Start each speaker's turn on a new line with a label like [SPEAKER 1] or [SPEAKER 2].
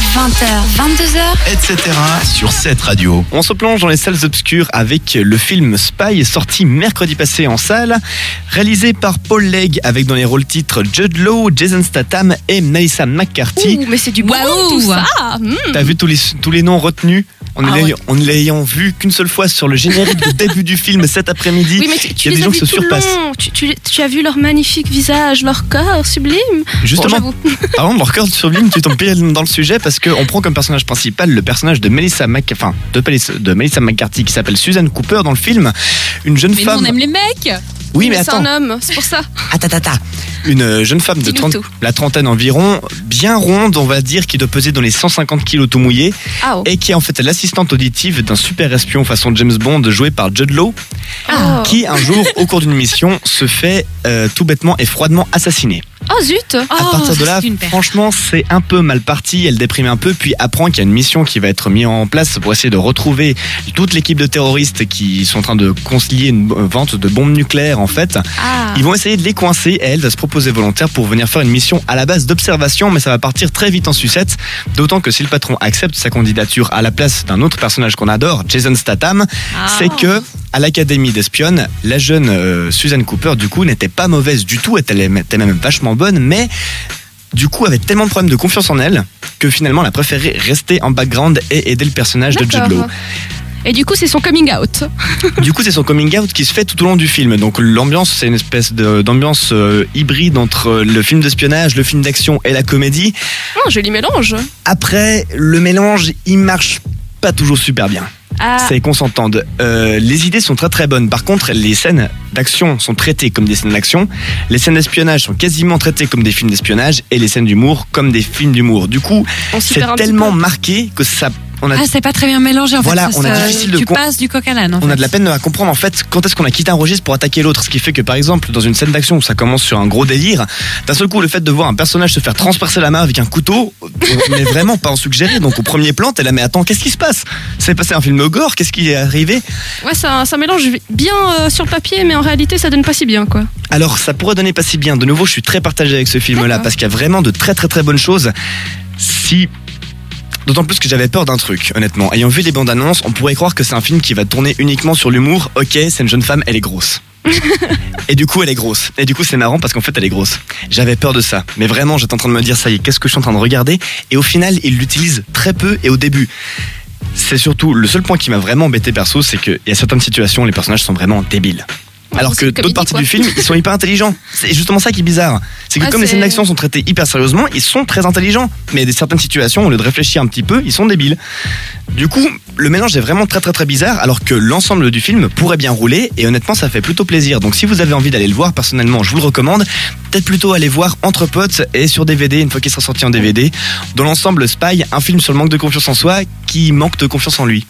[SPEAKER 1] 20h, 22h,
[SPEAKER 2] etc. sur cette radio. On se plonge dans les salles obscures avec le film Spy, sorti mercredi passé en salle, réalisé par Paul Legg avec dans les rôles titres Judd Law, Jason Statham et Melissa McCarthy.
[SPEAKER 3] Ouh, mais c'est du bon
[SPEAKER 1] Waouh.
[SPEAKER 3] tout ça Hmm.
[SPEAKER 4] Mmh.
[SPEAKER 2] T'as vu tous les, tous les noms retenus en ne
[SPEAKER 3] Ah
[SPEAKER 2] l'ayant-
[SPEAKER 3] ouais.
[SPEAKER 2] en ne l'ayant vu qu'une seule fois sur le générique du début du film cet après-midi.
[SPEAKER 3] Oui, mais tu, tu
[SPEAKER 2] Il y a
[SPEAKER 3] les
[SPEAKER 2] des
[SPEAKER 3] as
[SPEAKER 2] gens
[SPEAKER 3] vus
[SPEAKER 2] qui se
[SPEAKER 3] tout le
[SPEAKER 2] surpassent.
[SPEAKER 3] long. Tu, tu- tu as vu leur magnifique visage, leur corps sublime. Bon,
[SPEAKER 2] Justement,
[SPEAKER 3] j'avoue.
[SPEAKER 2] Parlant de leur cœur de sublime, tu tombes pile dans le sujet parce qu'on prend comme personnage principal le personnage de Melissa, Mac... enfin, de, Pelis- de Melissa McCarthy qui s'appelle Susan Cooper dans le film. Une jeune
[SPEAKER 4] Mais nous,
[SPEAKER 2] femme.
[SPEAKER 4] on aime les mecs
[SPEAKER 2] Oui, mais
[SPEAKER 3] c'est
[SPEAKER 2] attends.
[SPEAKER 3] un homme, c'est pour ça.
[SPEAKER 2] Attends, attends, attends. Une euh, jeune femme de
[SPEAKER 3] Dis-nous
[SPEAKER 2] 30
[SPEAKER 3] tout.
[SPEAKER 2] la trentaine environ, bien ronde, on va dire, qui doit peser dans les 150 kilos tout mouillé
[SPEAKER 3] Ah, oh.
[SPEAKER 2] et qui est en fait l'assistante auditive d'un super espion façon James Bond joué par Judd Law
[SPEAKER 4] Oh.
[SPEAKER 3] Ah.
[SPEAKER 2] qui un jour, au cours d'une mission, se fait euh, tout bêtement et froidement assassiner.
[SPEAKER 3] Oh, zut
[SPEAKER 2] à
[SPEAKER 4] Oh,
[SPEAKER 2] partir de
[SPEAKER 4] ça,
[SPEAKER 2] là,
[SPEAKER 4] c'est une paire.
[SPEAKER 2] franchement, c'est un peu mal parti. Elle déprime un peu, puis apprend qu'il y a une mission qui va être mise en place pour essayer de retrouver toute l'équipe de terroristes qui sont en train de concilier une euh, vente de bombes nucléaires, en fait.
[SPEAKER 3] Ah.
[SPEAKER 2] Ils vont essayer de les coincer et elle va se proposer volontaire pour venir faire une mission à la base d'observation, mais ça va partir très vite en sucette. D'autant que si le patron accepte sa candidature à la place d'un autre personnage qu'on adore, Jason Statham,
[SPEAKER 4] Ah.
[SPEAKER 2] c'est que à l'académie d'espionne, la jeune euh, Suzanne Cooper du coup n'était pas mauvaise du tout, elle était était même vachement bonne, mais du coup avait tellement de problèmes de confiance en elle que finalement elle a préféré rester en background et aider le personnage de Jude Law.
[SPEAKER 3] D'accord. Et du coup, c'est son coming out.
[SPEAKER 2] Du coup, c'est son coming out qui se fait tout au long du film. Donc l'ambiance, c'est une espèce de- d'ambiance euh, hybride entre euh, le film d'espionnage, le film d'action et la comédie.
[SPEAKER 3] Oh, joli mélange.
[SPEAKER 2] Après, le mélange, il marche pas toujours super bien.
[SPEAKER 3] Ah,
[SPEAKER 2] C'est qu'on s'entende. Euh, les idées sont très très bonnes. Par contre, les scènes d'action sont traitées comme des scènes d'action. Les scènes d'espionnage sont quasiment traitées comme des films d'espionnage et les scènes d'humour comme des films d'humour. Du coup,
[SPEAKER 3] on s'y
[SPEAKER 2] c'est
[SPEAKER 3] perd un petit
[SPEAKER 2] tellement
[SPEAKER 3] peu.
[SPEAKER 2] marqué que ça, on a
[SPEAKER 4] Ah, c'est pas très bien mélangé en
[SPEAKER 2] Voilà,
[SPEAKER 4] fait.
[SPEAKER 2] on a
[SPEAKER 4] ça,
[SPEAKER 2] difficile de
[SPEAKER 4] Tu
[SPEAKER 2] com-
[SPEAKER 4] passes du coq à l'âne en
[SPEAKER 2] On
[SPEAKER 4] fait.
[SPEAKER 2] a de la peine à comprendre en fait quand est-ce qu'on a quitté un registre pour attaquer l'autre. Ce qui fait que par exemple, dans une scène d'action où ça commence sur un gros délire, d'un seul coup, le fait de voir un personnage se faire transpercer la main avec un couteau, on n'est vraiment pas en suggéré. Donc au premier plan, t'es là, mais attends, qu'est-ce qui se passe C'est passé un film gore, qu'est-ce qui est arrivé
[SPEAKER 3] Ouais, ça, ça mélange bien euh, sur le papier, mais en réalité, ça donne pas si bien, quoi.
[SPEAKER 2] Alors ça pourrait donner pas si bien. De nouveau, je suis très partagé avec ce film-là
[SPEAKER 3] D'accord.
[SPEAKER 2] parce qu'il y a vraiment de très très très bonnes choses. Si. D'autant plus que j'avais peur d'un truc, honnêtement. Ayant vu les bandes annonces, on pourrait croire que c'est un film qui va tourner uniquement sur l'humour. Ok, c'est une jeune femme, elle est grosse. Et du coup, elle est grosse. Et du coup, c'est marrant parce qu'en fait, elle est grosse. J'avais peur de ça. Mais vraiment, j'étais en train de me dire, ça y est, qu'est-ce que je suis en train de regarder Et au final, il l'utilise très peu et au début. C'est surtout le seul point qui m'a vraiment embêté perso, c'est qu'il y a certaines situations, les personnages sont vraiment débiles. Alors
[SPEAKER 3] c'est
[SPEAKER 2] que
[SPEAKER 3] une comédie,
[SPEAKER 2] d'autres parties
[SPEAKER 3] quoi.
[SPEAKER 2] du film, ils sont hyper intelligents. C'est justement ça qui est bizarre. C'est que
[SPEAKER 3] Ah,
[SPEAKER 2] comme les
[SPEAKER 3] c'est-
[SPEAKER 2] scènes d'action sont traitées hyper sérieusement, ils sont très intelligents. Mais des certaines situations, au lieu de réfléchir un petit peu, ils sont débiles. Du coup, le mélange est vraiment très très très bizarre, alors que l'ensemble du film pourrait bien rouler, et honnêtement, ça fait plutôt plaisir. Donc si vous avez envie d'aller le voir, personnellement, je vous le recommande. Peut-être plutôt aller voir entre potes et sur DVD, une fois qu'il sera sorti en DVD. Dans l'ensemble, Spy, un film sur le manque de confiance en soi qui manque de confiance en lui.